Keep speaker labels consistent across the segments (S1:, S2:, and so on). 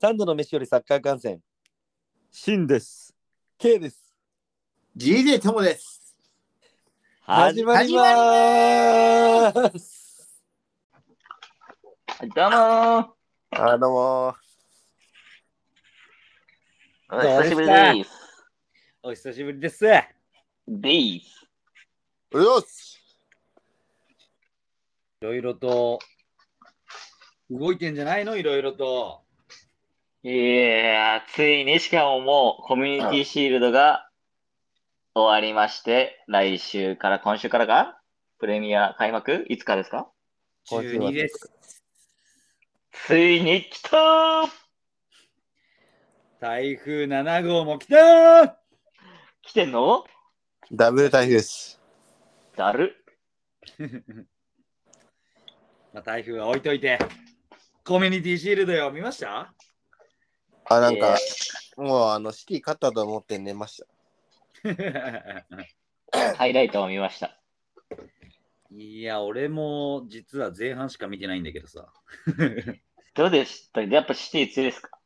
S1: 三度の飯よりサッカー観戦
S2: シンです。
S1: K です。
S3: GJ ともです。
S1: 始まりまーす。
S4: はいどうもー
S3: あどうも
S4: お久しぶりです。
S1: お久しぶりです。
S4: です。
S3: ー。うよし。
S1: いろいろと動いてんじゃないのいろいろと。
S4: いやー、ついにしかももうコミュニティシールドが終わりまして、来週から、今週からがプレミア開幕いつからですか
S1: 中2です。
S4: ついに来たー
S1: 台風7号も来たー
S4: 来てんの
S3: ダブル台風です。
S4: だる。
S1: まあ、台風は置いといて。コミュニティシールドよ、見ました
S3: あ、なん
S4: いや
S3: か、もうあの、シティ勝ったと思って寝ました。
S4: ハイライトを見ました。
S1: いや、俺も実は前半しか見てないんだけどさ。
S4: どうでしたやっぱシティ強いですか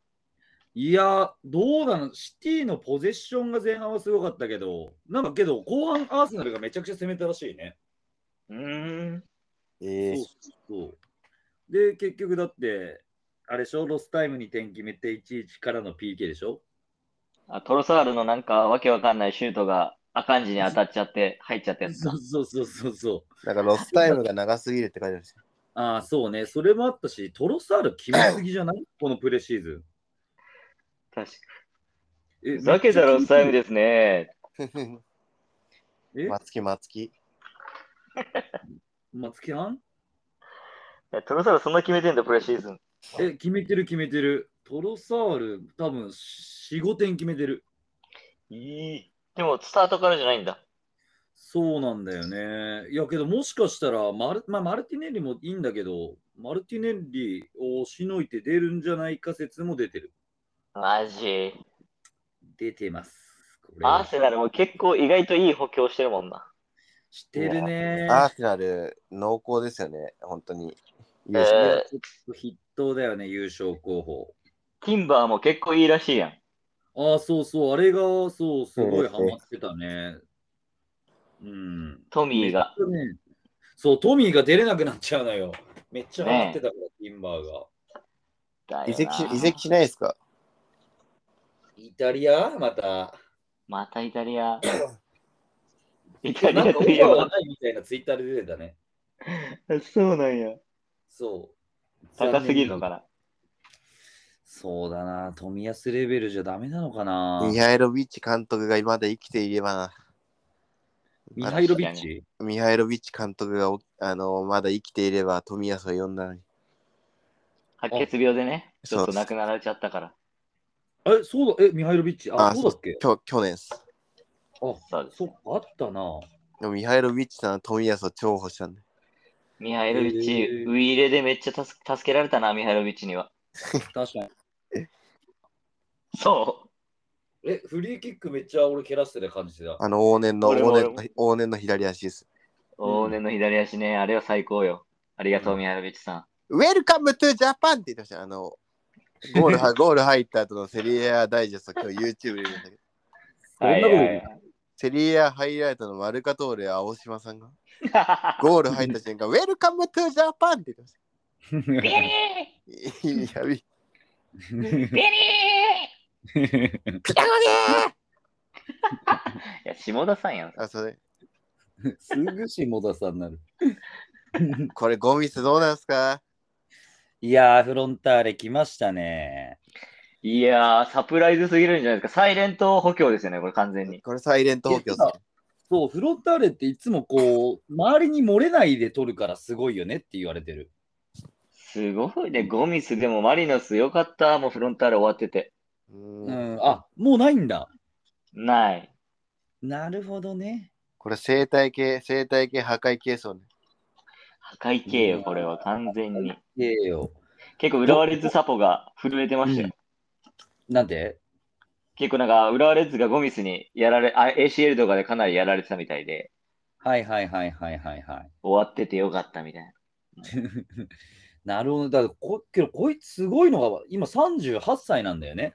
S1: いや、どうなのシティのポゼッションが前半はすごかったけど、なんかけど、後半アーセナルがめちゃくちゃ攻めたらしいね。
S4: うーん。
S3: ええ
S1: そうそうで、結局だって、あれでしょ、ロスタイムに点決めて11からの PK でしょ
S4: あトロサールのなんかわけわかんないシュートが赤んじに当たっちゃって入っちゃったやつだ
S1: そ。うそうそうそうそう。
S3: なんかロスタイムが長すぎるって書いてました。
S1: ああ、そうね。それもあったし、トロサール決めすぎじゃないこのプレシーズ
S4: 確か
S1: ン。
S4: ふざけたロスタイムですね。
S1: え
S3: 松木松木。
S1: 松木さん
S4: トロサールそんな決めてんだ、プレシーズン。
S1: え、決めてる決めてる。トロサール、多分4、5点決めてる。
S4: いい。でも、スタートからじゃないんだ。
S1: そうなんだよね。いやけどもしかしたらマル、まあ、マルティネリもいいんだけど、マルティネリをしのいて出るんじゃないか説も出てる。
S4: マジ。
S1: 出てます。これ
S4: アーセナルも結構意外といい補強してるもんな。
S1: してるね。
S3: アーセナル、濃厚ですよね、本当に。
S4: え
S3: 優勝
S4: ー、
S1: 筆頭だよね、優勝候補。
S4: ティンバーも結構いいらしいやん。
S1: ああ、そうそう、あれが、そう、すごいハマってたね。うん。
S4: トミーが。
S1: ねそう、トミーが出れなくなっちゃうのよ。めっちゃハマってたから、ティンバーが。
S4: だよな
S3: 移籍し移籍しないですか
S1: イタリアまた。
S4: またイタリア。 イタリ
S1: なん
S4: ア
S1: か
S4: と
S1: オファ
S4: い
S1: ー
S4: え
S1: は
S4: ば。
S1: ないみたいなツイッターで出てたね。
S4: そうなんや。
S1: そう。
S4: 高すぎるのかな。
S1: そうだな、富安レベルじゃダメなのかな。
S3: ミハイロビッチ監督が今まで生きていれば
S1: ミハイロビッチ
S3: な、ミハイロビッチ監督がおあのまだ生きていれば富安を呼んだのに。
S4: 白血病でね、ち
S3: そう
S4: ょっと亡くなられちゃったから。
S1: え、そうだ、え、ミハイロビッチ。あ、
S3: あ
S1: そうだっけ
S3: きょ去年です。
S4: そうです。
S1: そっか、あったな。
S3: でもミハイロビッチさんは富安を重宝したんで。
S4: ミハイロビッチ、
S1: へー
S4: ウィーレでめっちゃ助助けられたな、ミハイロビッチには。
S1: 確かに。
S4: そう。
S1: え、フリーキックめっちゃ俺蹴らせてる感じだ。
S3: あの往年の
S4: 俺
S3: 往
S4: も俺
S3: 年
S4: も
S3: の往年の左足です。
S4: 往年の左足ね、あれは最高よ。ありがと
S1: う
S4: う、
S1: ん
S4: ミハイロビッチさん。
S3: ウェルカムトゥジャパンって言ってました。あの、ゴールはゴール入った後のセリエアダイジェスト、今日 YouTube で見たけど、
S1: そんな
S4: は
S1: こと言う
S4: いはいはい
S3: セリエアハイライトのマルカトーレ、青島さんが、ゴール入った瞬間、ウェルカムトゥジャパンって言ってました。
S4: ビリ
S3: いやび、
S4: ービリー
S3: ピタゴ
S4: いや、下田さんやん。
S3: リーあ、それ、
S1: すぐ下田さんになる。
S3: これゴミスどうなんすか
S1: いやー、フロンターレ来ましたね。
S4: いやー、サプライズすぎるんじゃないですか。サイレント補強ですよね、これ完全に。
S3: これサイレント東京さ
S1: そう、フロンターレっていつもこう、周りに漏れないで取るからすごいよねって言われてる。
S4: すごいね、ゴミスでもマリノスよかった、もうフロンターレ終わってて。
S3: ん。
S1: う
S3: うん
S1: ん、あ、もうないんだ。
S4: ない。
S1: なるほどね。
S3: これ生態系、生態系破壊系そうね。
S4: 破壊系よ、これは完全に。
S1: ええよ。
S4: 結構、浦和レッズサポが震えてましたよ。
S1: なんで
S4: 結構なんか、浦和レッズがゴミスにやられ、あ ACL とかでかなりやられてたみたいで、
S1: はいはいはいはいはいはい。
S4: 終わっててよかったみたいな。
S1: なるほど。だからこけどこいつすごいのが今38歳なんだよね。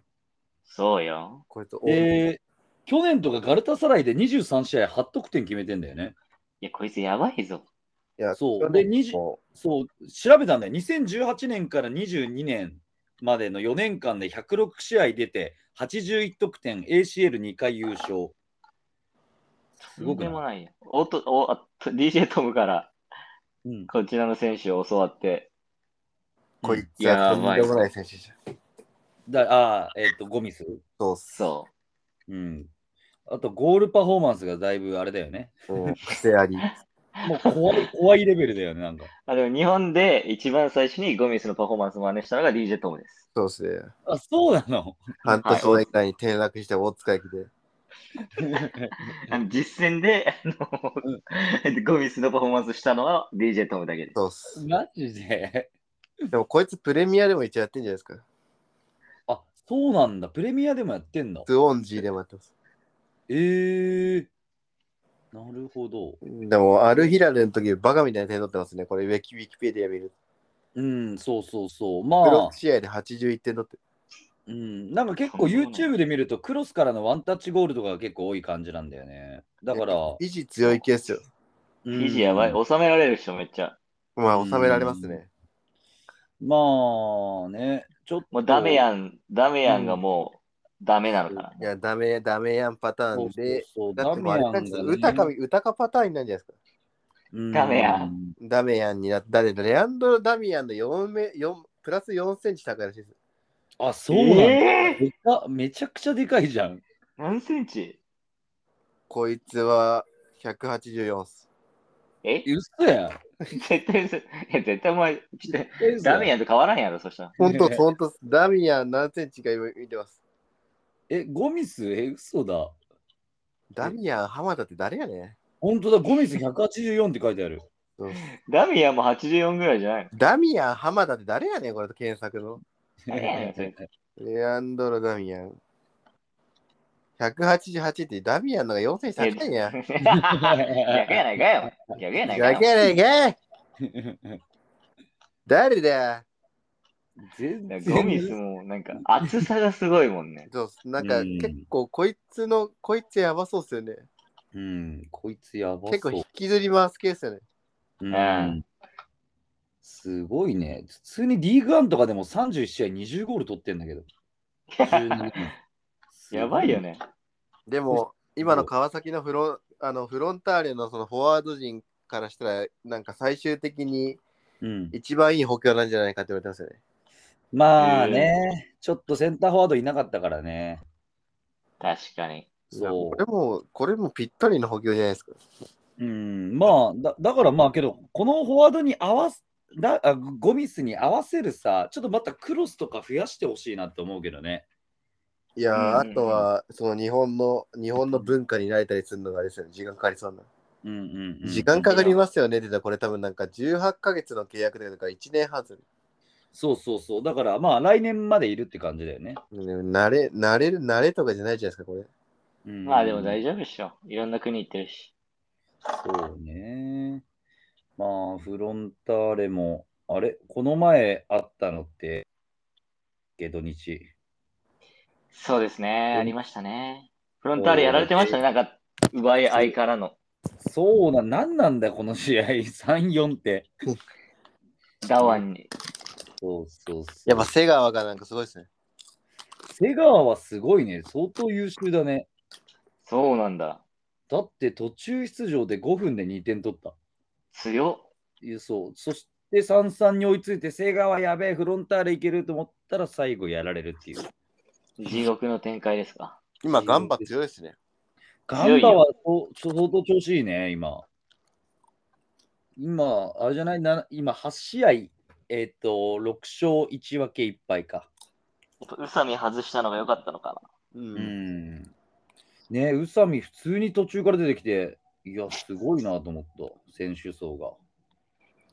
S4: そうよ。
S3: これと、
S1: えー、去年とかガルタサライで23試合8得点決めてんだよね。
S4: いや、こいつやばいぞ。
S3: いや
S1: そう
S3: で
S1: で20そう、調べたんだよ。2018年から22年までの4年間で106試合出て81得点、ACL2 回優勝。すごく
S4: で
S1: な
S4: も
S1: い
S4: ないよ。おとおあ DJ トムから
S1: うん、
S4: こちらの選手を教わって、
S3: こいつはとんでもない選手じゃん。
S1: だあーえっ、と、ゴミス。
S3: そうっす。
S4: そ
S1: うん。あと、ゴールパフォーマンスがだいぶあれだよね。
S3: うん、癖 あり。
S1: もう怖い、怖いレベルだよね、なんか。
S4: う。あでも日本で一番最初にゴミスのパフォーマンスを真似したのが DJ トムです。
S3: そうっすね。
S1: あ、そうなの。
S3: 半年前くらいに転落して大塚駅で。
S4: あの実践であの、ゴミスのパフォーマンスしたのは DJ トムだけです。
S3: そうっす。
S1: マジで
S3: でもこいつプレミアでも一応やってんじゃないですか。
S1: あ、そうなんだ。プレミアでもやってんの。
S3: ツオンジーでもやってます。
S1: えー。なるほど。
S3: でも、アルヒラルの時バカみたいな点取ってますね。これウィキ、ウィキペディア見ると。
S1: うん、そうそうそう。
S3: ブ
S1: ま
S3: ロ
S1: あ
S3: ック、試合で81点取ってる。
S1: うん、なんか結構
S4: そうなんだ
S1: YouTube で見るとクロスからのワンタッチゴールとかが結構多い感じなんだよね。だから、
S3: 維持強い系っすよ。
S1: うん
S4: フィジーやばい。収められる人めっちゃ。
S3: まあ、収められますね。
S1: まあね、ちょっと。
S4: もうダメやん、ダメやんがもうダメなのかな。
S3: いや、ダメ、ダメやんパター
S1: そう
S3: ンで。
S1: そうそう
S3: だ
S1: ダ
S3: って
S1: メ
S3: もうあ
S1: や
S3: れなん
S1: ん
S3: です
S1: が
S3: よ、
S1: ね、
S3: 歌か、歌かパターンになるんじゃないですか。
S1: うん
S4: ダメやん。
S3: ダメやんになって、だってレアンドロ・ダミアンの4め、四プラス4センチ高いらしいです。
S1: あ、そうなんだ、
S4: え
S1: でかめちゃくちゃでかいじゃん。
S4: 何センチ
S3: こいつは184っす。
S4: え
S1: 嘘やん。
S4: 絶対嘘、いや絶対お前、ちょっ
S1: 嘘やん
S4: とダメやんと変わらんやろ、そしたら。
S3: ほんと、ほんとっす、ダミアン何センチか今見てます。
S1: え、ゴミスえ、嘘だ。
S3: ダミアン、浜田って誰やね
S1: 本当だ、ゴミス184って書いてある。
S3: んうん
S4: ダミアンも84ぐらいじゃないの
S3: ダミアン、浜田って誰やねんこれ検索の。
S4: 誰やねんそ れ
S3: レアンドロ・ダミアン。188ってダミアンのが4センチ高いんや。
S4: 逆やないかよ。逆やないか
S3: だ
S4: よ
S3: け。やねんけい誰だ
S1: 全然
S4: ゴミスもなんか厚さがすごいもんね。
S3: そうっすなんか
S1: うん
S3: 結構こいつの、こいつやばそうっすよね。
S1: うん、こいつやばそう。
S3: 結構引きずり回す系っすよね。
S1: うんすごいね。普通にリーグワンとかでも31試合20ゴール取ってんだけど。12
S4: やばいよ。ね。
S3: でも、今の川崎のフロンあのフロンターレのそのフォワード陣からしたら、なんか最終的に
S1: うん、
S3: 一番いい補強なんじゃないかって言われてますよね。
S1: まあね、ちょっとセンターフォワードいなかったからね。
S4: 確かに。
S3: いや
S1: そ
S3: これも、これもぴったりの補強じゃないですか。
S1: う。うん、まあだ、だからまあけど、このフォワードに合わす、だあゴミスに合わせるさ、ちょっとまたクロスとか増やしてほしいなって思うけどね。
S3: いやー、
S4: うんうんうん
S3: あとは、その日本の、日本の文化に慣れたりするのがあれですよね。時間かかりそうな。
S1: うんうん、うん。
S3: 時間かかりますよねって言ったら、これ多分なんか18ヶ月の契約でとか1年半ず
S1: そうそうそう。だからまあ、来年までいるって感じだよね。
S3: 慣れ、慣れる、慣れとかじゃないじゃないですか、これ。
S1: うん
S4: まあでも大丈夫っしょ。いろんな国行ってるし。
S1: そうね。まあ、フロンターレも、あれこの前あったのって、けど日。
S4: そうですね。
S1: うん
S4: ありましたね。フロンターレやられてましたね。なんか奪い合いからの。
S1: そうな、なんなんだよ、この試合。3、4って。
S4: ダワンに。
S1: そうそうそう。
S3: やっぱ瀬川がなんかすごいですね。
S1: 瀬川はすごいね。相当優秀だね。
S4: そうなんだ。
S1: だって途中出場で5分で2点取った。
S4: 強っ。
S1: いやそう。そして3-3に追いついて、瀬川やべえ、フロンターレいけると思ったら最後やられるっていう。
S4: 地獄の展開ですか。
S3: 今、ガンバ強いですね。
S1: ガンバはそうちょ相当調子いいね、今。今、あれじゃない、な今8試合、えっ、と、6勝1分け1敗か。
S4: 宇佐美外したのが良かったのか
S3: うん
S1: うん。ね宇佐美、普通に途中から出てきて、いや、すごいなと思った、選手層が。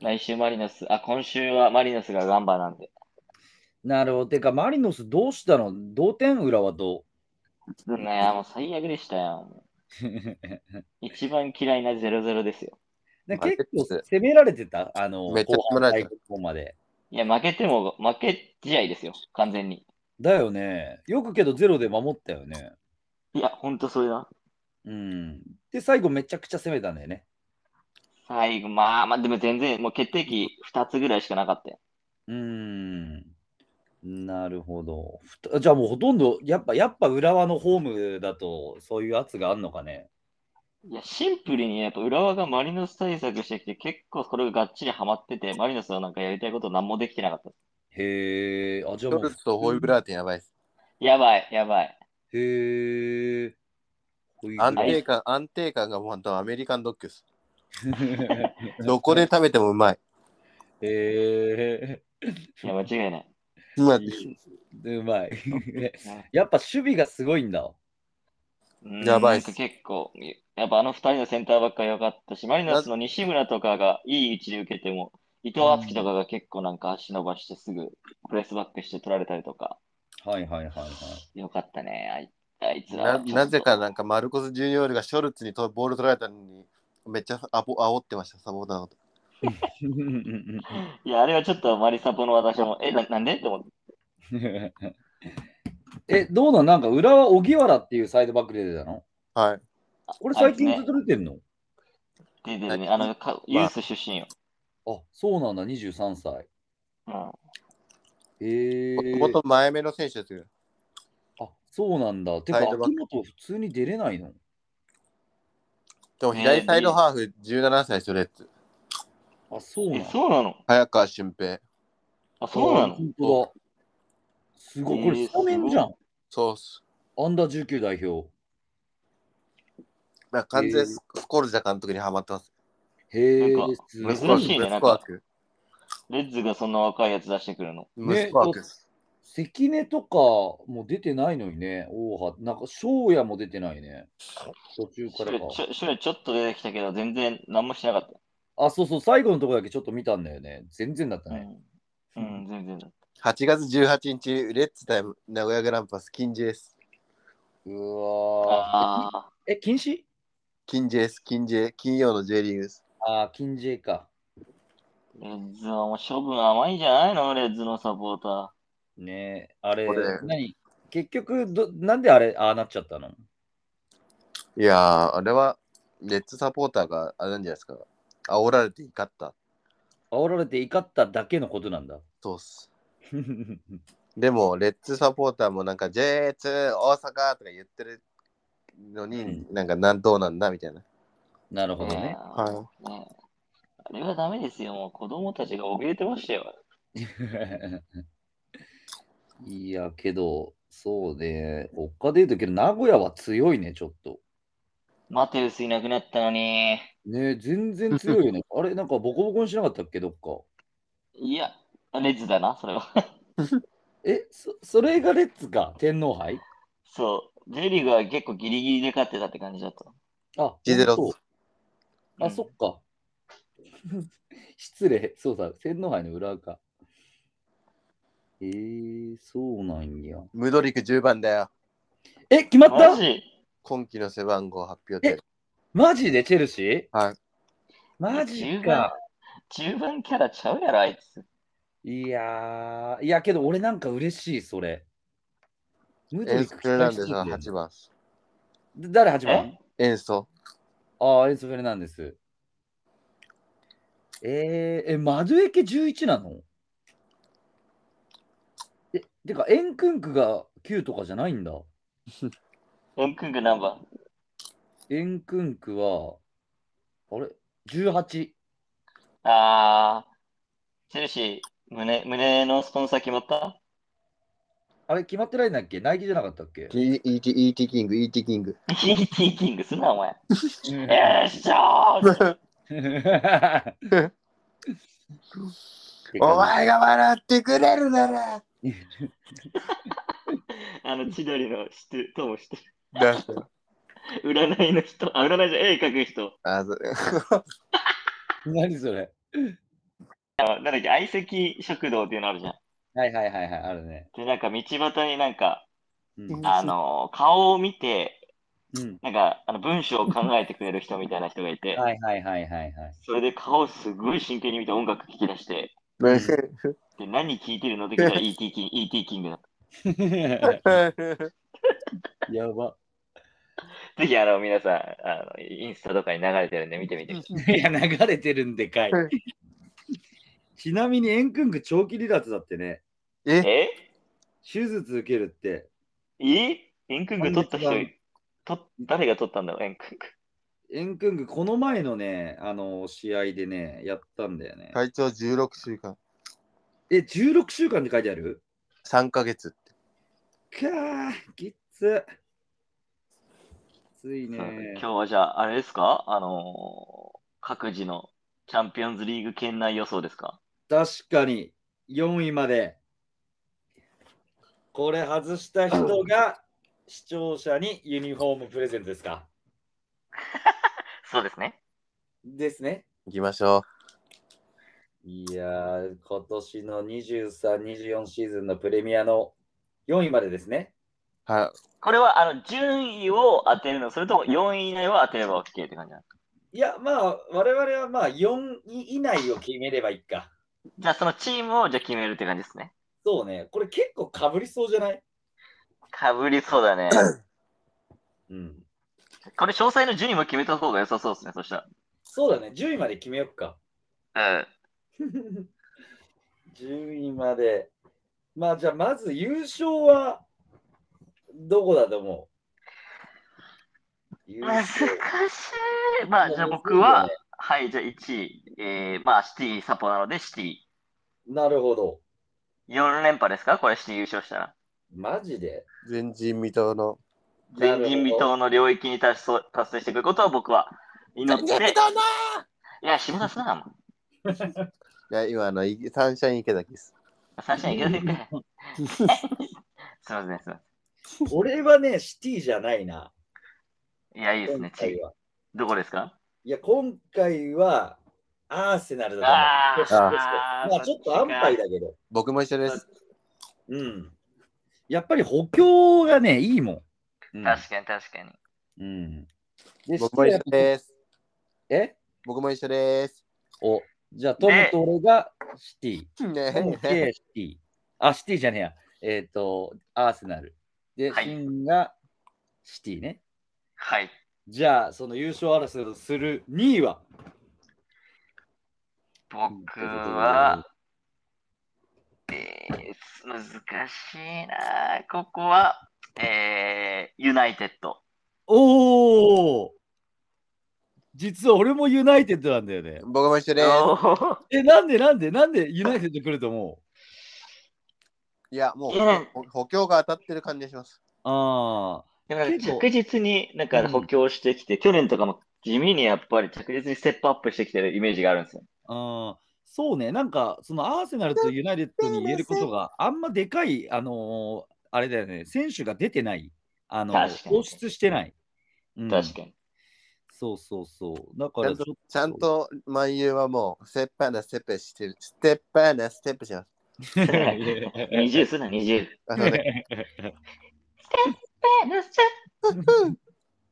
S4: な。来週マリノス、あ、今週はマリノスがガンバなんで。
S1: なるほど。てか、マリノスどうしたの同点裏はど
S4: ねえ、もう最悪でしたよ。 一番嫌いな0-0ですよ。
S1: なん
S3: ま
S1: か
S3: あ
S1: 結構攻められてたあの、
S3: めっちゃ攻められてた
S1: 後半最後まで。
S4: いや、負けても、負け試合ですよ、完全に。
S1: だよね。よくけどゼロで守ったよね。
S4: いや、ほんとそれな。
S1: うん。で、最後めちゃくちゃ攻めたんだよね。
S4: 最後、まあまあ、でも全然、もう決定機2つぐらいしかなかったよ。
S1: うーん。なるほど。ふたじゃあもうほとんど、やっぱ、やっぱ浦和のホームだと、そういう圧があるのかね。
S4: いや、シンプルにねやっぱ浦和がマリノス対策してきて、結構それががっちりハマってて、マリノスはなんかやりたいこと何もできてなかった。
S1: へえ。あ、じゃあ
S3: ショ
S1: も
S3: ル
S1: う
S3: ツ。とホイブラーテンやばいです。
S4: やばい、やばい。
S1: へえ。ほいぐら
S3: 安
S1: い
S3: 定感、安定感がもう本当アメリカンドッグです。どこで食べてもうまい。
S1: へえ。
S4: いや、間違いない。
S3: う まい。
S1: でうまい。 やっぱ守備がすごいんだ。
S4: うん
S3: やばいっ
S4: な
S3: す
S4: んか結構、やっぱあの二人のセンターバックが良かったし、マリノスの西村とかがいい位置で受けても、伊藤敦樹とかが結構なんか足伸ばしてすぐプレスバックして取られたりとか、
S1: はいはいはいはい。
S4: よかったね、あいあいつらは
S3: な
S4: ちょっと
S3: なぜかなんかマルコス・ジュニオールがショルツにとボール取られたのにめっちゃあぼ煽ってました、サポーターのこと。
S4: いや、あれはちょっとマリサポの私も、え、ななんでって思って。
S1: え、どうなんなんか裏は荻原っていうサイドバックで出てたの
S3: はい。
S1: これ最近
S4: あ
S1: ずっと出てんの
S4: 出てるね、あの、かユース出身よ。
S1: あそうなんだ、23歳。
S4: うん。
S1: え
S3: もと
S1: ー、
S3: もと前目の選手ですよ。
S1: あそうなんだ。てか、
S3: サイ
S1: 秋
S3: ドバック
S1: 元普通に出れないの
S3: でも左サイドハーフ17歳ですよ、レッツ。
S1: あ、そうなん
S4: え、
S1: だ。
S4: そうなの
S3: 早川俊平。
S4: あ、そうなの
S1: 本当だ。すごい、こ
S4: え
S1: れ
S4: ー
S1: スタメンじゃん。
S3: そうっす。
S1: アンダー19代表。
S3: なんか完全に
S1: え
S3: ススコルジャ監督にハマってます。
S1: へえ
S4: なんか、
S1: すご
S4: 珍
S1: い
S4: しいね
S3: 息子枠。
S4: レッズがそんな若いやつ出してくるの。
S1: ね
S3: 息子枠です。
S1: 関根とかも出てないのにね、大橋。なんか、翔也も出てないね。途中
S4: シ
S1: か
S4: ュ
S1: ら
S4: レ
S1: か。
S4: ちょシュレちょっと出てきたけど、全然何もしなかった。
S1: あ、そうそう、最後のとこだけちょっと見たんだよね。全然だったね。
S4: うん、うん、全然だ。
S3: 8月18日、レッツ対名古屋グランパス、金ジです。
S1: うわー。
S4: ああ、
S1: え、禁止
S3: 金ジです。金ジ、金曜の J リーグです。
S1: あー、禁止か。
S4: レッズはもう処分甘いんじゃないのレッズのサポータ
S1: ねえ、あれ
S3: これ、
S1: 何結局ど、なんであれ、ああなっちゃったの
S3: いやー、あれは、レッツサポーターがあれなんじゃないですか。煽られて怒った。
S1: 煽られて怒っただけのことなんだ。
S3: そうっす。でも、レッツサポーターもなんか J2 大阪とか言ってるのに、
S1: う
S3: なんかなんどうなんだみたいな。
S1: なる
S4: ー。
S1: ほどね。
S4: あー
S3: は
S4: ねあれはダメですよ。もう子供たちが怯えてましたよ。
S1: いや、けど、そうね。他で言うと、けど、名古屋は強いね、ちょっと。
S4: マテウスいなくなったのに。
S1: ねえ全然強 いよね。あれ、なんかボコボコにしなかったっけ、どっか。
S4: いや、レッズだな、それは。
S1: え、そそれがレッツか、天皇杯
S4: そう。J リーグは結構ギリギリで勝ってたって感じだった。
S1: あ、
S3: い。J0
S1: 本
S4: う
S1: 当あ、
S4: ん
S1: そっか。失礼、そうだ、天皇杯の裏か。えー、そうなんや。
S3: ムドリク10番だよ。
S1: え、決まった
S4: マ
S1: マジ
S4: ジ
S3: 今季の背番号発表で。
S1: でチェルシー
S3: はい。
S1: マジ
S4: 10番
S1: か。
S4: 中盤キャラちゃうやろ、あいつ。
S1: いやー、いやけど俺なんか嬉しい、それ。ム
S3: エンソ・フェルナンデス
S1: 期
S3: が
S1: 待して
S3: 8番です。
S1: んだよね誰8番
S4: え
S3: エンソ。
S1: ああ、エンソ・フェルナンデス。えー、え、マドゥエケ11なのえ、てか、エンクンクが9とかじゃないんだ。
S4: エンクング何番
S1: エンクンクは、あれ ?18。
S4: あー、チェルシー、胸、胸のスポンサー決まった
S1: あれ決まってないんだっけナイキじゃなかったっけ
S3: E.T. E.T. キング、E.T. キング。
S4: ET キングすな、お前。よっしゃー
S3: お前が笑ってくれるなら。
S4: あの、千鳥の知ってる、とも知って
S3: だって
S4: る。占いの人、あ、占いじゃ絵描く人。
S3: あそれ
S1: 何それ
S4: あなんだっけ、相席食堂っていうのあるじゃん。
S1: はいはいはいはい、あるね。
S4: で、なんか道端になんか、
S1: うん
S4: あの、顔を見て、
S1: うん。
S4: なんか、あの文章を考えてくれる人みたいな人がいて、
S1: はいはいはいはいはい。
S4: それで顔すごい真剣に見て音楽聴き出して、
S3: ね
S4: で何聴いてるのって聞いたら E.T. キン E.T. キング だっ
S1: やば。
S4: た。ぜひ、あの、皆さんあの、インスタとかに流れてるんで見てみてください。
S1: いや、流れてるんでかい。ちなみに、エンクンク長期離脱だってね、
S3: え
S4: え
S1: 手術受けるって、
S4: えエンクング取った人
S1: こんにち、
S4: と誰が取ったんだろう、エンクング。
S1: エンクンクこの前のね、あの、試合でね、やったんだよね。
S3: 体長16週間、
S1: え、16週間って書いてある
S3: 3ヶ月って。
S1: かー、きつ。きついね
S4: 今。日はじゃあ、あれですかあのー各自のチャンピオンズリーグ圏内予想ですか
S1: 確かに、4位まで。これ外した人が視聴者にユニフォームプレゼントですか
S4: そうですね。
S1: ですね。
S3: 行きましょ
S1: いやー、今年の23、24シーズンのプレミアの4位までですね。
S3: う。は
S4: これは、あの、順位を当てるの、それとも4位以内を当てれば OK って感じなの
S1: いや、まあ、我々はまあ4位以内を決めればいいか。
S4: じゃあ、そのチームをじゃあ決めるって感じですね。
S1: そうね、これ結構かぶりそうじゃない
S4: かぶりそうだね。
S1: うん。
S4: これ、詳細の順位も決めた方が良さそうですね、そした
S1: そうだね、10位まで決めよ っか。
S4: ら。うん。
S1: 10位まで。まあ、じゃあまず優勝はどこだと思う優
S4: 難し
S1: 勝
S4: い。ま あ、じゃあ僕は、はい、じゃあ1位、えー、まあ、シティ、サポなのでシティ。
S1: なるほど。
S4: 4連覇ですかこれシティ優勝したら。
S1: マジで
S3: い。前人未到の。
S1: なる
S4: 前
S1: ほど
S4: 人未到の領域に達そう達成してくることを僕は祈って。
S3: 到の
S4: いや、下田すな、もう。
S3: いや、今あの、いサンシャイン池崎です。
S4: 最初に行けない か。すいません、すいま
S1: 俺はね、シティじゃないな。
S4: せん。いや、いいです
S1: 今
S4: ね、チ
S1: 回
S4: ー
S1: は。
S4: どこですか
S1: いや、今回はアーセナルだと思う
S4: あー
S1: よしよしよし
S4: あー
S1: まあ、ちょっと安牌だけど。
S3: 僕も一緒です。
S1: うん。やっぱり補強がね、いいもん。うん
S4: 確かに、確かに。
S1: うん。
S3: 僕も一緒です。
S1: え
S3: 僕も一緒です。
S1: お、じゃあトムと俺がシティ。
S3: ね
S1: トム K シティ。あ、シティじゃねえや。えっ、と、アーセナル。で、
S4: はい
S1: シンがシティね。
S4: はい。
S1: じゃあ、その優勝争いをする2位は
S4: 僕は、えー、難しいな。ここは、えー、ユナイテッド。
S1: おお実は俺もユナイテッドなんだよね。
S3: 僕も一緒です。
S4: おー
S1: え、なんでなんでなんでユナイテッド来ると思う
S3: いや、もう
S4: うん
S3: ほ補強が当たってる感じがします。
S1: ああ。
S4: でもなんか
S1: 結構
S4: 着実になん
S1: う
S4: か
S1: ん
S4: 補強してきて、去年とかも地味にやっぱり着実にステップアップしてきてるイメージがあるんですよ。
S1: あーそうね、なんかそのアーセナルとユナイテッドに言えることがあんまでかい、あのーあれだよね、選手が出てない、あのー
S4: 確かに
S1: 放出してない。うん
S4: 確 かに。
S1: そうそうそう。だからちょっと
S3: ちゃんと、万有はもう、ステッパーなステップしてる。ステッパーなステップします。
S4: 20すな、20。
S3: あ のね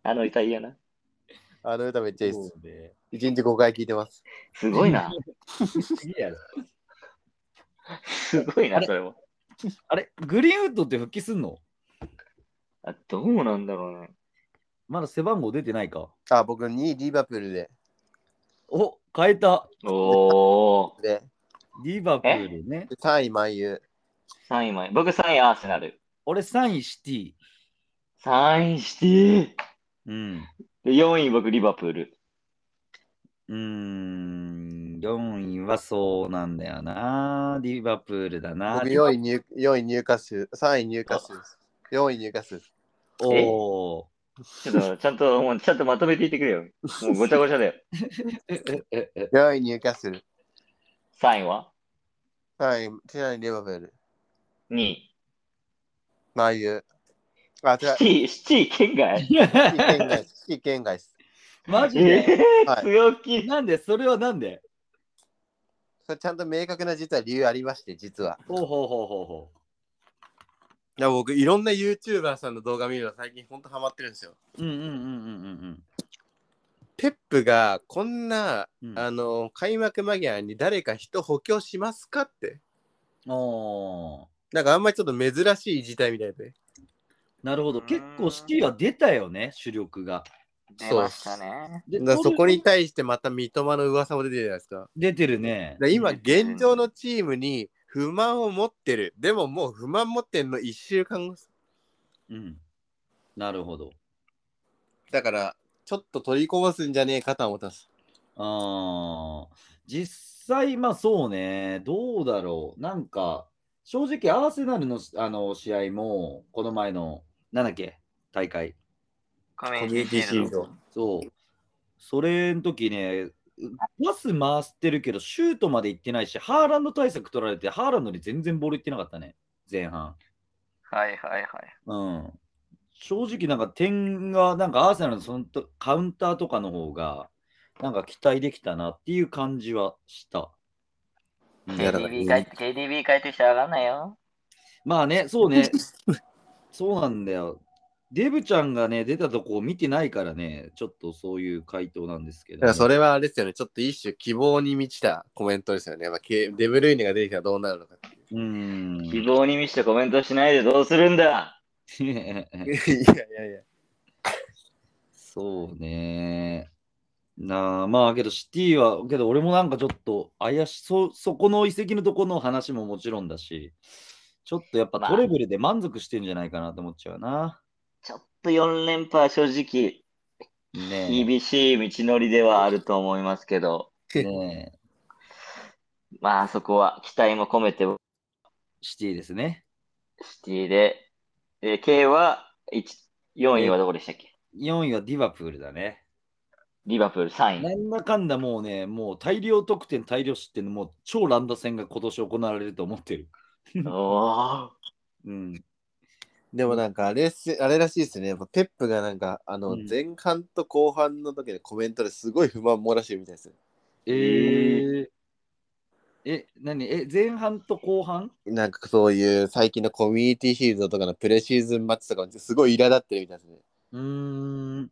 S4: あの歌いやな。
S3: あの歌めっちゃいいです
S1: そ。うね
S3: 1日5回聴いてます。
S4: すごいな。
S1: いいやろ
S4: すごい
S1: あ
S4: な、
S1: れ
S4: それも。
S1: あれ、グリーンウッドって復帰すんの
S4: あどうなんだろうね。
S1: まだ背番号出てないか。
S3: あ、僕2位リバプールで。
S1: お変えた。
S4: おー、
S3: で、
S1: リバプールね。
S3: 3位万有。
S4: 3位前。僕3位アーセナル。
S1: 俺3位シティ。
S4: 3位シティ。
S1: うん。
S4: で、4位僕リバプール。
S1: うーん。4位はそうなんだよな。リバプールだな。
S3: 僕4位入4位入荷数。3位入荷数。4位入荷数。
S1: おお。
S4: ちょ っと、ちゃんと、もうちゃんとまとめていってくれよ。もうごちゃごちゃだよ。
S3: 4位入荷数。
S4: 3位は
S3: 3位、3位リバプール。
S4: ?2 位。
S3: 万有。あ、違う
S4: シ。ティ、シティ圏外
S3: 非圏外です。非圏外です。
S1: マジ
S4: え
S1: で
S3: は
S4: ー、
S3: い
S4: 強気。
S1: なんでそれはなんで
S3: それちゃんと明確な実は理由ありまして、実は。
S1: ほうほうほうほうほ
S3: いや僕いろんな YouTuber さんの動画見るの最近ほんとハマってるんですよ。
S1: うんうんうんうん
S3: ペップがこんな、
S1: うんうん。
S3: あの開幕間際に誰か人補強しますかって
S1: おー
S3: なんかあんまりちょっと珍しい事態みたいで。
S1: なるほど。結構シティは出たよね、主力が。
S4: 出ましたね。
S1: で
S3: だからそこに
S1: トル
S3: 対してまた三笘の噂も出てるじゃないですか。だか
S1: 出てるね。
S3: ら今現状のチームに不満を持ってる。でももう不満持ってんの1週間後。
S1: うん。なるほど。
S3: だからちょっと取りこぼすんじゃねえかとは思ったんです。
S1: あー実際、まあそうね、どうだろう。なんか、正直、アーセナルのあの試合も、この前の、なんだっけ、大会。
S4: コミ
S3: ュニティシールド
S1: そう。それの時ね、パス回してるけど、シュートまで行ってないし、ハーランド対策取られて、ハーランドに全然ボール行ってなかったね、前半。
S4: はいはいはい。
S1: うん。正直、なんか点が、なんかアーセナルのそのとカウンターとかの方が、なんか期待できたなっていう感じはした。うん
S3: いやだから
S4: KDB 帰って、KDB 帰ってきたら上がんないよ。
S1: まあね、そうね。 そうなんだよ。デブちゃんがね、出たとこを見てないからね、ちょっとそういう回答なんですけ
S3: だ
S1: ど
S3: か
S1: ね、
S3: らそれはあれですよね。ちょっと一種希望に満ちたコメントですよね。やっぱけデブルイネが出てきたらどうなるのかっていう。
S1: うー ん。
S4: 希望に満ちてコメントしないでどうするんだ
S3: いやいやいや。
S1: そうね。なあ、まあけどシティは、けど俺もなんかちょっと怪しそう、そこの遺跡のとこの話ももちろんだし、ちょっとやっぱ
S4: まあ
S1: トレベルで満足してんじゃないかなと思っちゃうな。
S4: ちょっと4連覇は正直、
S1: ね
S4: 厳しい道のりではあると思いますけど、
S1: え。ねえ
S4: まあそこは期待も込めて
S1: シティですね。
S4: シティで、えー K は1 4位はどこでしたっけ
S1: 4位はディバプールだね。
S4: リバプール3位。
S1: なんだかんだもうね、もう大量得点、大量失点のもう超乱打戦が今年行われると思ってる。
S4: お
S1: うん。
S3: でもなんかあれっすあれらしいですね。やっぱペップがなんかあ
S1: う
S3: の
S1: ん
S3: 前半と後半の時のコメントですごい不満漏らしてるみたいです。
S1: えー、え、何え、前半と後半
S3: なんかそういう最近のコミュニティシールドとかのプレシーズンマッチとかもすごい苛立ってるみたいですね。
S1: うーん。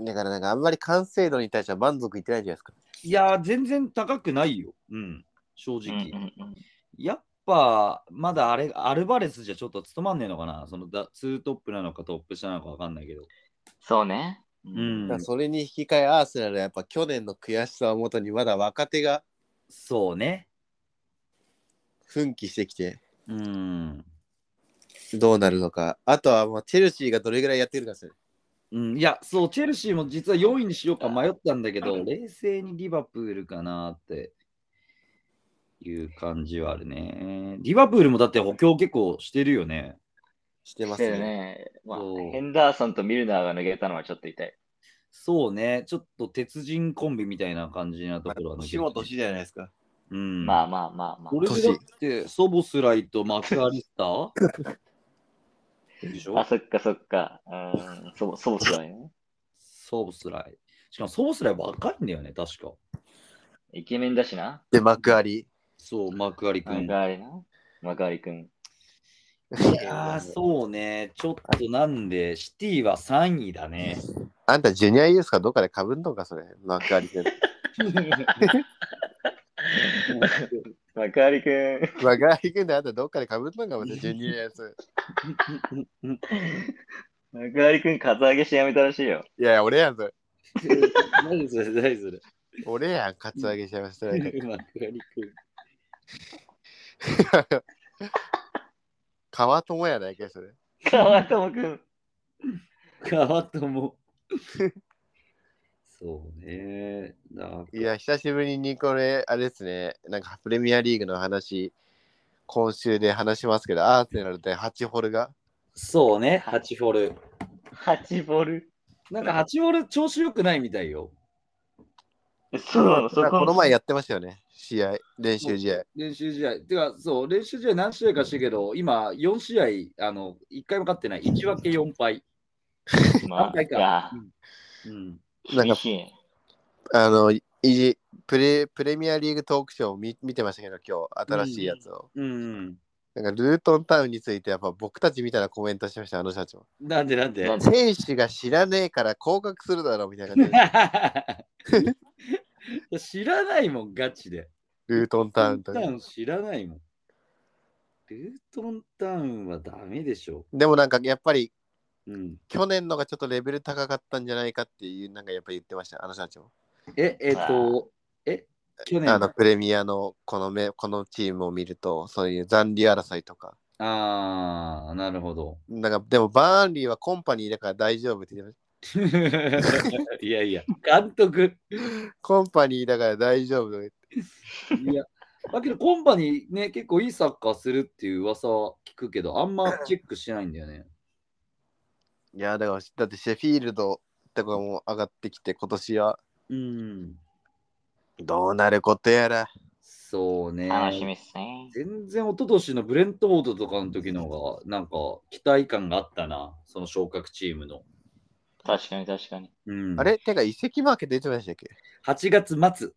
S3: だからなんかあんまり完成度に対しては満足いってないじゃないですか。
S1: いやー、全然高くないよ。うん。正
S4: ーう
S1: 直。
S4: んうんうん
S1: やっぱ、まだあれ、アルバレスじゃちょっと務まんねえのかな。そのだ、ツートップなのかトップ下なのかわかんないけど。
S4: そうね。う
S1: う。
S3: だ
S1: ん
S3: から。それに引き換えアーセナルはやっぱ去年の悔しさをもとにまだ若手が
S1: そうね。
S3: 奮起してきて
S1: うん。
S3: どうなるのか。あとはまあチェルシーがどれぐらいやってるかですね。
S1: うん、いや、そう、チェルシーも実は4位にしようか迷ったんだけど、冷静にリバプールかなっていう感じはあるね。リバプールもだって補強結構してるよね。
S3: してます
S4: してる
S3: ね。
S4: ね。まあ
S1: そう、
S4: ヘンダーソンとミルナーが抜けたのはちょっと痛い。
S1: そうね、ちょっと鉄人コンビみたいな感じなところは抜けて
S3: 年も年じゃないですか。
S1: うん、
S4: ま
S1: ま
S4: あまあまあま
S1: あ、俺
S4: あ。
S1: だってソボスライとマクアリスターでしょ
S4: あ、そっかそっか。うん、そう、そうすらね。
S1: ソボスライ。しかもソボスライ若いんだよね、確か。
S4: イケメンだしな。
S3: で、幕張。
S1: そう、マクアリ君。
S4: 幕張な。幕張くん。
S1: いやーそうね、ちょっとなんで、シティは3位だね。
S3: あんたジュニアユースかどっかでかぶんのかそれ。幕張 君。
S4: 幕張く
S3: 幕張君であんたどっかでかぶんのかまたジュニアユース。
S4: ん。幕張くん、カツアゲしてやめたらしいよ。
S3: いやいや、俺やんそれ。
S1: 何それ、何それ。
S3: 俺やん、カツアゲしちゃいました。なんか川友やないかいそれ。
S4: 川友くん。
S1: 川友。そうね。なんか
S3: いや、久しぶりにこれ、あれですね、なんかプレミアリーグの話、今週で話しますけど、アーセナル対8ホルが、
S1: そうね、8ホール。
S4: 8ボール。
S1: なんか8ホール調子良くないみたいよ。
S4: そうなの、そ
S3: なんかこの
S4: こ。
S3: 前やってましたよね、試合、練習試合。
S1: 練習試合。てか、そう、練習試合何試合かしたけど、今4試合、あの、1回も勝ってない。1分け4敗。
S4: まあ、いや、
S1: うん。
S3: なんか
S4: 厳しいね。
S3: あの、いじプレプレミアリーグトークショーを見見てましたけど、今日、新しいやつを。
S1: うん。
S3: なんかルートンタウンについてやっぱ僕たちみたいなコメントしました、あの社長。
S1: なんでなんで
S4: なんで
S3: 選手が知らねえから降格するだろうみたいな感じで
S1: 知らないもん、ガチで。
S3: ルートンタウンと
S1: ルートン
S3: か
S1: タ。ウン知らないもん。ルートンタウンはダメでしょ。
S3: でもなんかやっぱり
S1: うん、
S3: 去年のがちょっとレベル高かったんじゃないかっていう、なんかやっぱり言ってました、あの社長。
S1: え、えっ、と、え、去年
S3: あのプレミアのこのめこのチームを見ると、そういう残留争いとか。
S1: ああ、なるほど。
S3: なんかでもバーンリーはコンパニーだから大丈夫って言ってまし
S1: いやいや、監督。
S3: た。コンパニーだから大丈夫とか言って。
S1: いや、だけどコンパにね、結構いいサッカーするっていう噂は聞くけど、あんまチェックしてないんだよね。
S3: いや、だからだってシェフィールドとかも上がってきて、今年は
S1: うん、
S3: どうなることやら。
S1: そうね。
S4: 楽しみっすね。
S1: 全然一昨年のブレントフォードとかの時の方が、なんか期待感があったな、その昇格チームの。
S4: 確かに確かに。
S1: うん、
S3: あれてか移籍マーケット出てましたっけ
S1: ?8 月末。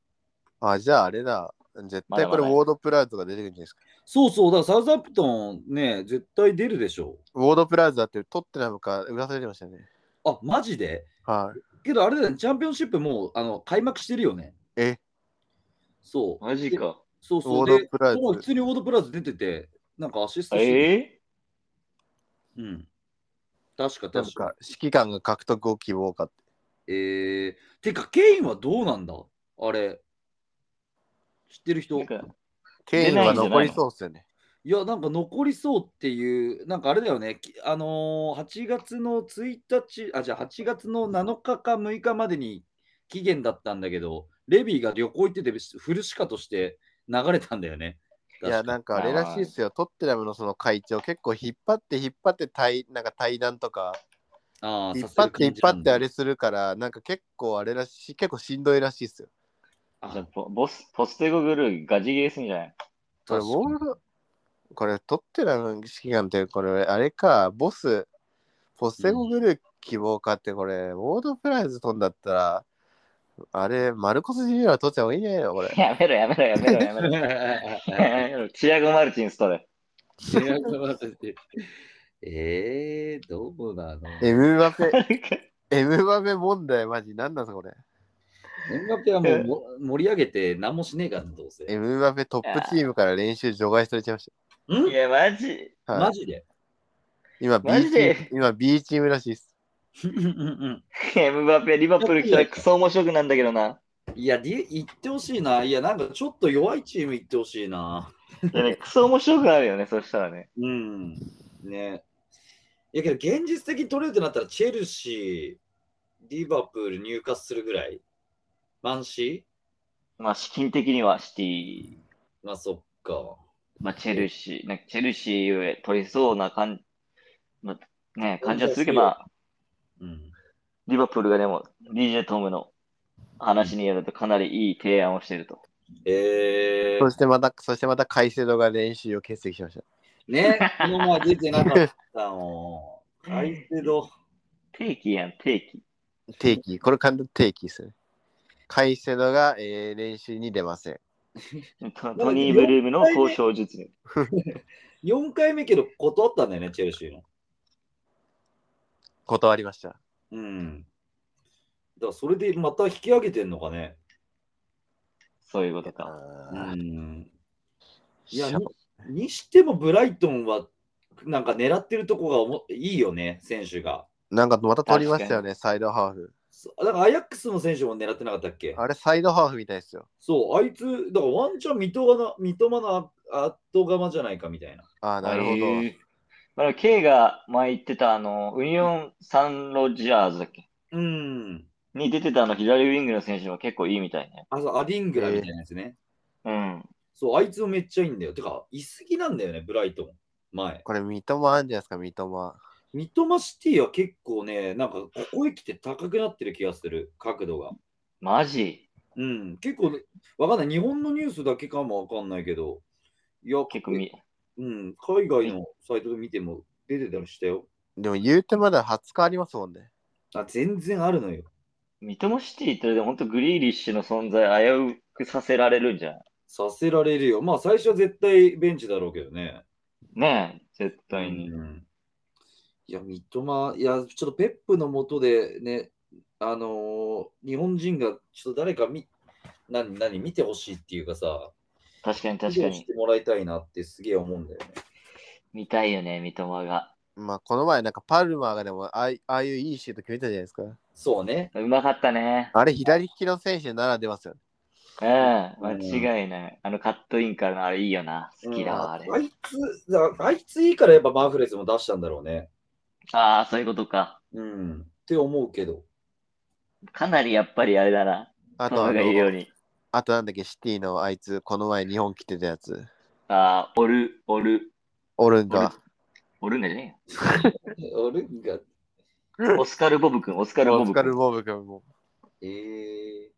S3: あ、じゃああれだ。絶対これウ
S4: まだまだ
S3: ォードプラウズが出てくるんじゃないですか。
S1: そうそう、だからサウザンプトンね、絶対出るでしょ。
S3: ウォードプラウズだって取ってなのか噂出てましたよね。
S1: あ、マジで
S3: はい。
S1: けどあれだよね、チャンピオンシップもうあの開幕してるよね。
S3: え
S1: そう。
S4: マジか。
S1: そう
S3: ウォ
S1: そう。
S3: ー
S1: で
S3: ド、プラウ
S1: もう普
S3: ズ。
S1: 通にウォードプラズ出てて、なんかアシストしてる
S4: え
S1: うん。確か
S3: なん
S1: 確か。
S3: か指揮官が獲得を希望かって。
S1: えー、てか、ケインはどうなんだあれ。知ってる
S4: ー、
S1: 人
S4: なんか
S3: ケインは残りそうっすよね。
S1: いや、なんか残りそうっていう、なんかあれだよね、きあのー、8月の1日、あ、じゃあ8月の7日か6日までに期限だったんだけど、レビーが旅行行ってて、フルシカとして流れたんだよね。
S3: いや、
S1: 確か
S3: なんかあれらしいっすよ。トッテナムのその会長、結構引っ張って引っ張って対なんか対談とか、
S1: あー
S3: 引
S1: さ
S3: っ張っ
S1: せる
S3: て引っ
S1: 感じ
S3: 張
S1: な
S3: っ
S1: ん
S3: て
S1: だ
S3: あれするから、なんか結構あれらしい、結構しんどいらしいっすよ。
S1: あ
S4: じゃあボボス、ポステゴグルーガチゲーすんじゃない
S3: これ、ウ
S1: 確かに
S3: ォールこれ、トッテナムの指揮官って、これ、あれか、ボス、ポステゴグルー希望かって、これ、ウォードプライズ飛んだったら、あれ、マルコス・ジュニア取っちゃう方がいいんじゃないの これ。
S4: やめろやめろやめろやめ ろ。やめろチアゴ・マルチンスと で。
S1: えー、どうなの
S3: エムバペ、
S4: なんか
S3: エムバペ問題、マジ、なんなんすか、これ。
S1: エムバペはもうも盛り上げて何もしねえからな、どうせ。
S3: エムバペトップチームから練習除外されちゃいまし
S1: ん
S4: いや、マジ。
S3: た。はい
S1: マジで
S3: 今 B チ
S4: マジ
S3: ーム
S4: で、
S3: 今 B チームらしいです。
S4: エムバペ、リバプール来たらクソ面白くなんだけど な。
S1: いや、り言ってほしいな。いや、なんかちょっと弱いチーム行ってほしいな。
S4: いやね、クソ面白くなるよね、そしたらね。
S1: うん。ね。いやけど、現実的に取れるってなったら、チェルシー、リバプール、入荷するぐらい。マンシ
S4: まあ、資金的にはシティ、
S1: ーまあ、そっか。
S4: まあ、チェルシー、なんかチェルシーを取りそうな感じ、まあ、ね、感じはするけど、まあ、
S1: うん。
S4: リバプールがでも、DJ トムの話によるとかなりいい提案をしていると。
S1: え
S3: そ
S1: ー、
S3: してまた、そしてまた、カイセドが練習を欠席しました。
S1: ね、この前出てなかった の。カイセド。
S4: 定期やん、定期。
S3: 定期、これ完全に定期ですね。カイセドが、えー練習に出ません。
S4: トトニー・ブルームの交渉術に。
S1: 4回目けど断ったんだよね、チェルシーの。
S3: 断りました。
S1: うん。だからそれでまた引き上げてんのかね。
S4: そういうことか。
S1: う
S3: あー
S1: ん。いや
S3: しょ
S1: にしてもブライトンはなんか狙ってるとこがおもいいよね、選手が。
S3: なんかまた取りましたよね、サイドハーフ。
S1: そだからアヤックスの選手も狙ってなかったっけ
S3: あれ、サイドハーフみたいですよ。
S1: そう、あいつ、だからワンチャン三笘の三笘のあ後釜じゃないかみたいな。
S3: ああ、なるほど。
S4: えーまあ、K が前言ってた、あの、ウニオン・サンロジャーズだっけ
S1: うん。
S4: に出てたあの左ウィングの選手も結構いいみたいね。
S1: あ、そう、アディングラみたいなやつね。
S4: うん。
S1: そう、あいつもめっちゃいいんだよ。てか、いすぎなんだよね、ブライトン。前。
S3: これ、三笘あるんじゃないですか、三笘。
S1: 三笘シティは結構ね、なんかここへ来て高くなってる気がする、角度が。
S4: マジ
S1: うん、結構、わかんない。日本のニュースだけかもわかんないけど、いや、
S4: 結構み、
S1: うん、海外のサイトで見ても出てたりしたよ。
S3: でも、言うてまだ20日ありますもんね。
S1: あ、全然あるのよ。
S4: 三笘シティってでも本当グリーリッシュの存在危うくさせられるんじゃない
S1: させられるよ。まあ、最初は絶対ベンチだろうけどね。
S4: ねえ、絶
S1: う
S4: 対に。
S1: ん
S5: いや、三笘、いや、ちょっとペップのもとでね、あのー日本人がちょっと誰かみ、何、何、見てほしいっていうかさ、
S4: 確かに
S5: 見
S4: 確か
S5: てし
S4: に。
S5: てもらいたいなってすげえ思うんだよね。
S4: 見たいよね、三笘が。
S3: まあ、この前、なんかパルマーがでもああい、ああいういいシュート決めたじゃないですか。
S5: そうね。
S4: うまかったね。
S3: あれ、左利きの選手なら出ますよね。
S4: うん、間違いない。あのカットインからのあれいいよな。好きだわ、あれ。
S5: あいつ、だあいついいからやっぱマーフレスも出したんだろうね。
S4: ああ、そういうことか。
S5: うん。って思うけど。
S4: かなりやっぱりあれだな。
S3: あ
S4: 三
S3: と、あ
S4: 笘がいるよう
S3: の
S4: に。
S3: あとなんだっけ、シティのあいつ、この前日本来てたやつ。
S4: ああ、おる、おる、
S3: オルンガ。
S4: おるんだじゃね
S5: オルンが、
S4: えよ。オスカル・ボブ君、オスカル・ボ
S3: オ
S4: ブ
S3: スカ
S4: 君
S3: ル・。ボブ君も。
S5: えー、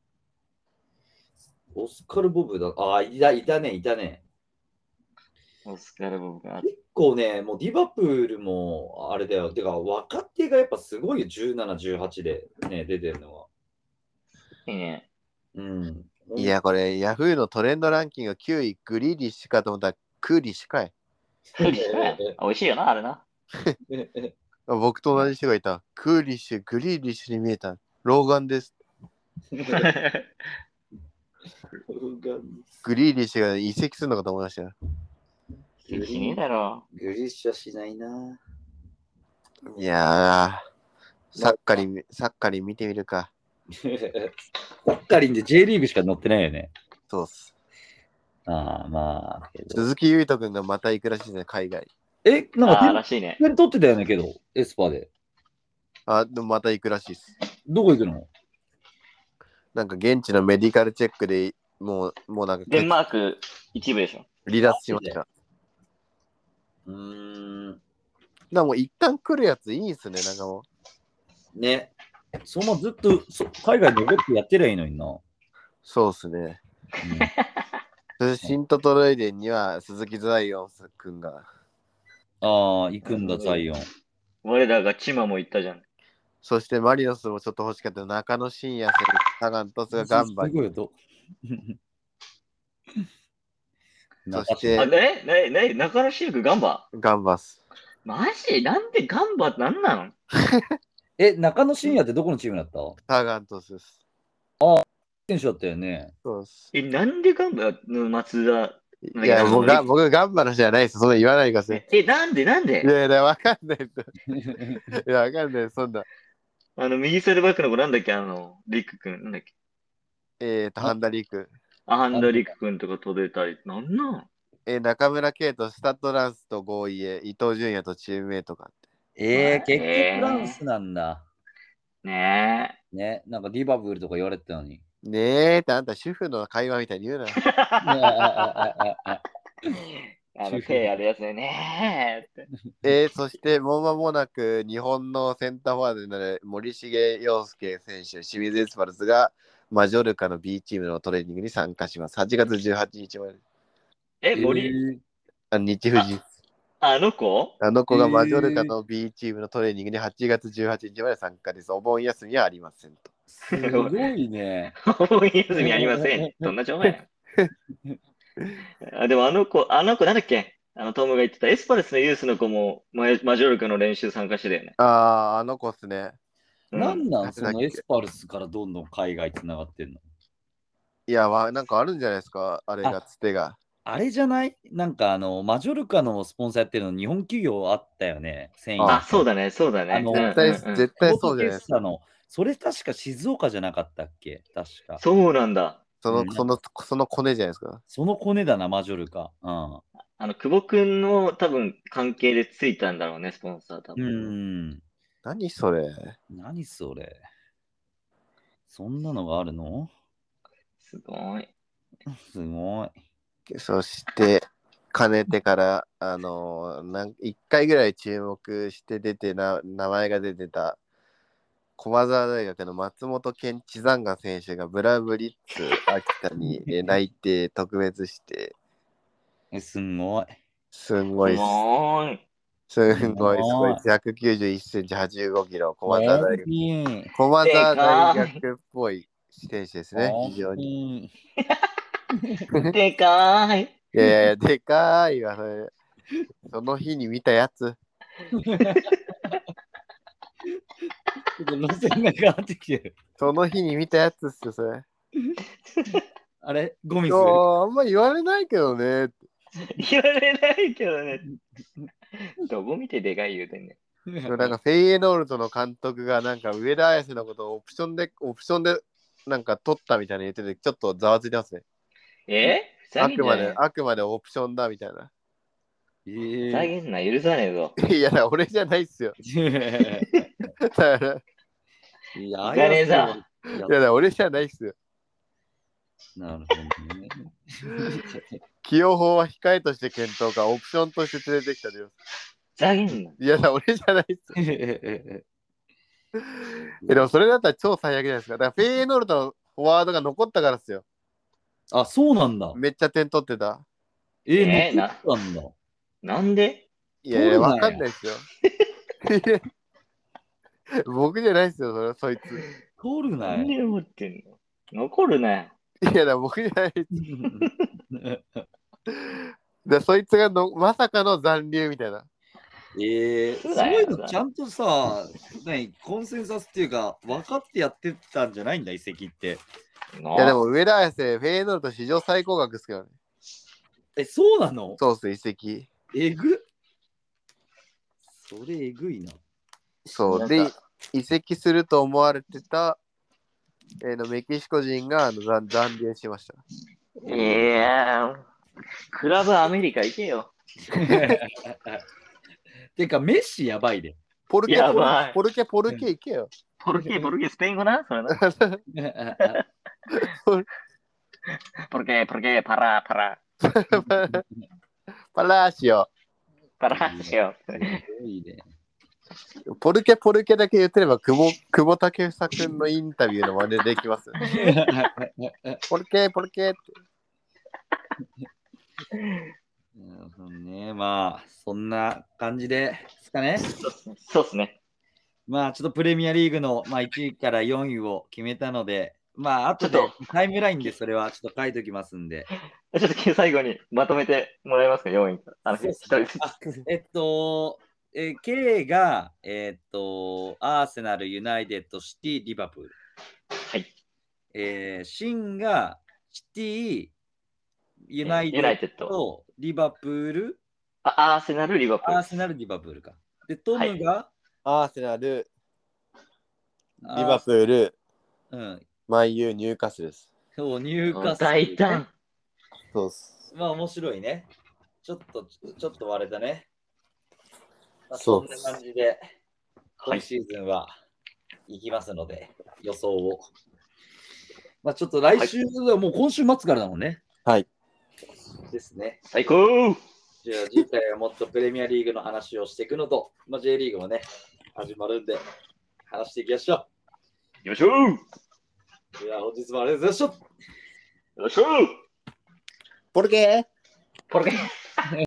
S5: オスカル・ボブだ。あー、いた、いたね、いたね。
S4: オスカル・ボブ君。あ
S5: 結構ね、もうディバプールもあれだよ。てか、若手がやっぱすごいよ、17、18でね、出てるのは。
S4: いいね。
S5: うん。
S3: いや、これ、ヤフーのトレンドランキング9位、グリーリッシュかと思ったら、クーリッシュかい。
S4: クーリッシュね。あ美味しいよな、あれな。
S3: あ僕と同じ人がいた。クーリッシュ、グリーリッシュに見えた。老眼です。グリーリッシュが移籍するのかと思いましたよ。
S4: いいねえだろ。
S5: グリッシャしないな。
S3: いやー、サッカリン、サッカリン見てみるか。
S1: ばっかりんで J リーグしか乗ってないよね。
S3: そうっす。
S1: ああ、まあ。けど
S3: 鈴木優斗君がまた行くらしいですね、海外。
S1: え、なん
S4: ああ、
S1: から
S4: しいね。
S1: 点取ってたよね、けど、エスパーで。
S3: あ、でもまた行くらしいです。
S1: どこ行くの
S3: なんか現地のメディカルチェックでもう、もうなんか
S4: デンマーク一部でしょ。
S3: 離脱しました。だか
S5: うーん。
S3: らもう一旦来るやついいんすね、なんかもう。
S5: ね。
S1: そのままずっとそ海外に残ってやってりゃいいのにな。
S3: そうっすね。そしてシントトロイデンには鈴木ザイオン君が。
S1: ああ、行くんだ、ザイオン。
S4: 我らがチマも行ったじゃん。
S3: そしてマリノスもちょっと欲しかった中野真也選手、サガン鳥栖がガンバ
S1: すご
S3: に。
S1: い音
S3: そして
S4: あ、ねねね中野シルクガンバ
S3: ガンバっす。
S4: マジなんでガンバなんなの
S1: え、中野真也ってどこのチームだった
S3: サガン鳥栖です。
S1: 選手だったよ ね。
S3: そうっす。
S4: え、なんでガンバの松田
S3: いや、もうが僕ガンバの人じゃないです。そんな言わないでください。
S4: え、なんでなんで
S3: いやいや、わかんないです。いや、わかんないです。そんな。
S4: あの、右サイドバックの子なんだっけあの、リック君。なんだっけ
S3: えーと、ハンダリーク。
S4: アハンドリック君とか取れたり。なんなん
S3: えー中村圭とスタッドランスと合意へ、伊藤純也とチームメイトが。
S1: えー、結
S4: えー
S1: 局フランスなんだ。
S4: ね
S1: ね、なんかディバブルとか言われてたの に。
S3: ねえってあんた主婦の会話みたいに言うな。
S4: え。あの、手やるやつね。ねえって。
S3: えー、そしてもう間もなく日本のセンターフォワードになる森重陽介選手、清水エスパルスがマジョルカの B チームのトレーニングに参加します。8月18日まで。
S4: え、森、
S3: あ日富士。
S4: あの子
S3: あの子がマジョルカの B チームのトレーニングに8月18日まで参加です。お盆休みはありませんと。
S1: え ーすごいね。
S4: 思い休みありません。どんな情報や なあでもあの子、あの子なんだっけあの、トムが言ってたエスパルスのユースの子もママジョルカの練習参加してたよね。
S3: あー、あの子っすね。
S4: うん
S1: なんなんそ
S3: 誰だっ
S1: の
S3: け
S1: エスパルスからどんどん海外つながってんの
S3: いや、わなんかあるんじゃないですか。あれが、つてが。
S1: あれじゃないなんかあの、マジョルカのスポンサーやってるの日本企業あったよね。繊維
S4: あ、そうだね、そうだね。
S1: あの
S4: うん
S3: 絶対、
S4: うんうん
S3: 絶対そうじゃないですか。
S1: か。のそれ確か静岡じゃなかったっけ確か。
S4: そうなんだ。
S3: そ
S1: うん
S3: の、その、そのコネじゃないですか。
S1: そのコネだな、マジョルカ。うん。
S4: あの、久保くんの多分関係でついたんだろうね、スポンサー多
S1: う
S4: 分。
S1: ん。
S3: 何それ。
S1: 何それ。そんなのがあるの
S4: すごい。
S1: すごい。
S3: そして、かねてから、あのー、なん1回ぐらい注目して出てな、名前が出てた、駒澤大学の松本健知山が選手がブラブリッツ秋田にえ内定特別して、
S1: え、すごい。
S3: すんごいっ
S4: すごーい。
S3: す、すんごい、
S1: す
S3: す
S1: ご
S3: ご
S1: い
S3: いっす、191センチ、85キロ、駒澤大学。
S1: 学。
S3: 駒澤大学っぽい選手ですね、非常に。
S1: に。
S4: でかーい。
S3: いやいや、でかーいわ、それ。その日に見たやつ。
S1: ちょっと路線が変わってきてる。
S3: その日に見たやつっすよ、それ。
S1: あれゴミ
S3: い
S1: す
S3: や
S1: る
S3: ーあんま言われないけどね。
S4: 言われないけどね。 どこ見てでかい言うてんね
S3: でもなんかフェイエノールトの監督がなんか上田綺世のことをオプションで、オプションでなんか取ったみたいに言ってて、ちょっとざわついてますね。
S4: ん。えふざ
S3: あ
S4: けん
S3: くま
S4: なよ
S3: で、あくまでオプションだみたいな。
S1: え
S4: ふざけ
S1: ー
S4: んな、許さねえぞ。
S3: いや、俺じゃないっすよ。 だからい
S1: いや、
S4: いかねえぞ
S1: いや
S3: や、だから俺じゃないっすよ。
S1: なるほどね。
S3: 起用法は控えとして検討か、オプションとして連れてきたでよ。
S4: ふざけんな。
S3: いや、だから俺じゃないっすよ。えでもそれだったら超最悪じゃないですか。だからフェイエノールトのフォワードが残ったからっすよ。
S1: あ、そうなんだ。
S3: めっちゃ点取ってた。
S1: えー、
S4: えー
S1: 残ったんだ。
S4: なんで
S3: いやいや、
S1: そうなんや
S3: わかんないっすよ。いや僕じゃないっすよ、それそいつ。
S1: 通るな
S4: なん
S1: い。
S4: で思ってんの残るなよ。
S3: いや、だから僕じゃない。だからそいつがのまさかの残留みたいな。
S1: えー、
S4: そ
S1: そうう
S4: だよ
S1: いうのちゃんとさ、何コンセンサスっていうか、分かってやってたんじゃないんだ、遺跡って。
S4: ない
S3: や、でも上田綺世、フェイエノールト史上最高額っすけどね。
S1: え、そうなの
S3: そうっす、移籍。
S1: えぐそれえぐいな。
S3: そ
S4: な
S3: う。
S4: んか
S3: で、移籍すると思われてた、えーのメキシコ人があの残残留しました。
S4: いやー、クラブアメリカ行けよ。
S1: てか、メッシやば いで。
S3: ポルケ、
S4: や
S3: ポル
S4: ばい
S3: ポルケ、ポルケ行けよ。
S4: ポルケ、ポルケ、スペイン語なそれな。 ポルケ、ポルケ、パラ、パラ、
S3: パラーシオ。
S4: パラしよう。
S1: いいね。
S3: ポルケ、ポルケだけ言ってれば、久保、久保建英君のインタビューの真似できますよ。ポルケ、ポルケって。
S1: なるほどね。まあ、そんな感じでですかね。
S4: そうっすね。
S1: まあ、ちょっとプレミアリーグの、まあ、1位から4位を決めたので、まあ、あとで
S4: ちょっ
S1: タイムラインでそれはちょっと書いときますんで。
S4: ちょっと最後にまとめてもらえますか、4位。あの、
S1: そう
S4: 一
S1: っす
S4: 人ずつ。
S1: えっと、えー K が、えーっと、アーセナル、ユナイテッド、シティ、リバプール。
S4: はい。
S1: えー、シンが、シティ、ユナイテ
S4: ユナイ
S1: ッ
S4: テッド。
S1: ド、リバプール、
S4: あアーセナル、リバプ
S1: ア
S4: ー
S1: ーセナル、リバプールか。で、トムが、
S3: アーセナル、
S1: あー
S3: リバプール、
S1: うん、
S3: マンユー、入荷数です。
S1: そう、入荷
S4: ル。大胆。
S3: そうっす。
S1: まあ面白いね。ちょっと、ちょっと割れたね。まあ、
S3: そ
S1: そ
S3: うん
S1: な感じで、
S4: は
S1: 今
S4: い。
S1: シーズンは行きますので、予想を。まあちょっと来週、もう今週末からだもんね。
S3: はい。
S1: ですね。
S4: 最高
S1: じゃあ次回はもっとプレミアリーグの話をしていくのと、まあ、J リーグもね、始まるんで、話していきましょ
S4: 行きましょう
S1: う。いや、本日もありがとうございました。
S4: よいしょ
S3: ポルケ
S4: ポルケ。